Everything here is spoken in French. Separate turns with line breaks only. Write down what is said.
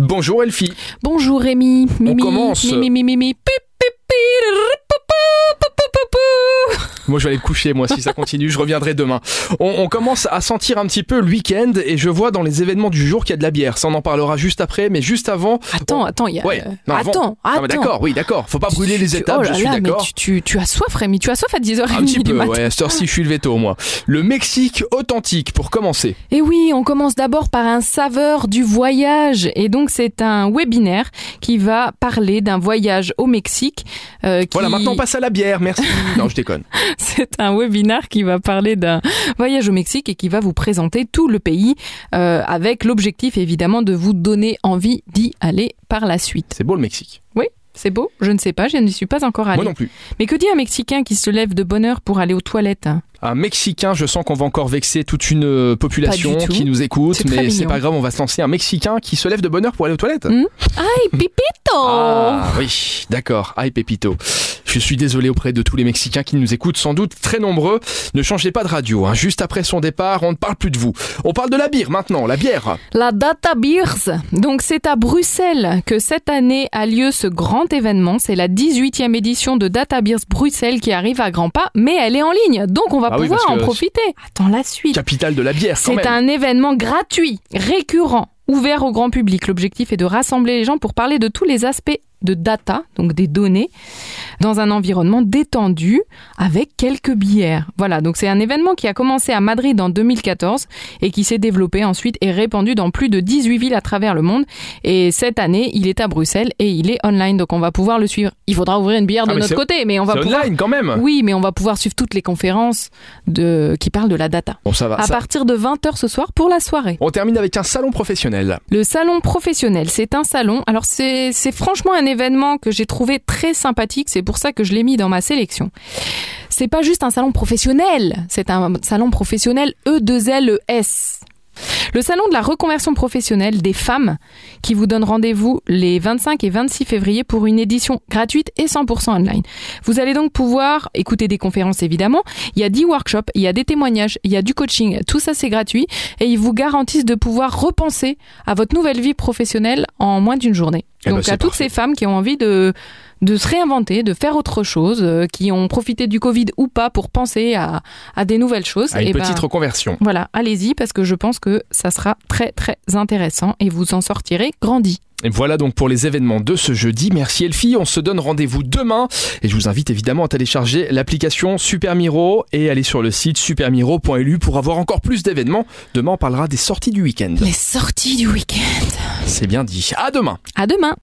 Bonjour Elfie.
Bonjour Rémi. Mimi.
commence.
Mimi, Mimi, Mimi. Pip, pip, pip, pou, pou, pou, pou, pou, pou.
Moi je vais aller me coucher moi si ça continue, je reviendrai demain. On, on commence à sentir un petit peu le week-end et je vois dans les événements du jour qu'il y a de la bière. Ça on en parlera juste après, mais juste avant.
Attends, attends, il y a.
Ouais,
euh,
non, avant.
attends,
Ah,
attends.
bah, d'accord, oui d'accord. Faut pas
Tu-
brûler les
tu-
étapes,
oh là
je suis
là, mais
d'accord.
tu, tu, tu as soif, Rémi. Tu as soif à 10h30
Un petit
du
peu,
matin.
ouais, à cette heure-ci, je suis le veto, moi. Le Mexique authentique, pour commencer.
Et Eh oui, on commence d'abord par un saveur du voyage. Et donc, c'est un webinaire qui va parler d'un voyage au Mexique. euh, qui-
Voilà, maintenant on passe à la bière, merci. non, je déconne.
C'est un webinaire qui va parler d'un voyage au Mexique et qui va vous présenter tout le pays euh, avec l'objectif évidemment de vous donner envie d'y aller par la suite.
C'est beau le Mexique.
C'est beau Je ne sais pas, je n'y suis pas encore allée.
Moi non plus.
Mais que dit un Mexicain qui se lève de bonne heure pour aller aux toilettes hein
Un Mexicain, je sens qu'on va encore vexer toute une euh, population
Pas du tout.
qui nous écoute,
C'est très
mais c'est
mignon.
pas grave, on va se lancer. Un Mexicain qui se lève de bonne heure pour aller aux toilettes.
Hey, Pipito Oh.
Ah oui, d'accord. Aïe Pépito. Je suis désolé auprès de tous les Mexicains qui nous écoutent, sans doute très nombreux. Ne changez pas de radio. hein. Juste après son départ, on ne parle plus de vous. On parle de la bière maintenant, la bière.
La Data Beers. Donc c'est à Bruxelles que cette année a lieu ce grand événement. C'est la 18e édition de Data Beers Bruxelles qui arrive à grands pas, mais elle est en ligne. Donc on va
Ah oui,
pouvoir
parce
en
que-
profiter. Attends la suite.
Capitale de la bière quand
C'est
même.
un événement gratuit, récurrent, ouvert au grand public. L'objectif est de rassembler les gens pour parler de tous les aspects de data, donc des données, dans un environnement détendu avec quelques bières. Voilà, donc c'est un événement qui a commencé à Madrid en 2014 et qui s'est développé ensuite et répandu dans plus de 18 villes à travers le monde. Et cette année, il est à Bruxelles et il est online, donc on va pouvoir le suivre. Il faudra ouvrir une bière
Ah,
de
mais
notre
c'est-
côté, mais on va
C'est
pouvoir...
online quand même.
Oui, mais on va pouvoir suivre toutes les conférences de... qui parlent de la data
Bon, ça va.
à
ça-
partir de 20h ce soir pour la soirée.
On termine avec un salon professionnel.
Le salon professionnel, c'est un salon. Alors c'est c'est franchement un événement que j'ai trouvé très sympathique, c'est pour ça que je l'ai mis dans ma sélection. C'est pas juste un salon professionnel, c'est un salon professionnel E E2LES. Le salon de la reconversion professionnelle des femmes qui vous donne rendez-vous les 25 et 26 février pour une édition gratuite et 100% online. Vous allez donc pouvoir écouter des conférences évidemment, il y a 10 workshops, il y a des témoignages, il y a du coaching, tout ça c'est gratuit et ils vous garantissent de pouvoir repenser à votre nouvelle vie professionnelle en moins d'une journée.
Eh ben,
Donc
c'est
à toutes
parfait.
ces femmes qui ont envie de de se réinventer, de faire autre chose, euh, qui ont profité du Covid ou pas pour penser à, à des nouvelles choses.
À une
eh ben,
petite reconversion.
voilà, allez-y parce que je pense que ça sera très très intéressant et vous en sortirez grandi.
Et voilà donc pour les événements de ce jeudi. Merci Elfie. On se donne rendez-vous demain. Et je vous invite évidemment à télécharger l'application Super Miro et aller sur le site supermiro.lu pour avoir encore plus d'événements. Demain, on parlera des sorties du week-end.
Les sorties du week-end.
C'est bien dit. À demain.
À demain.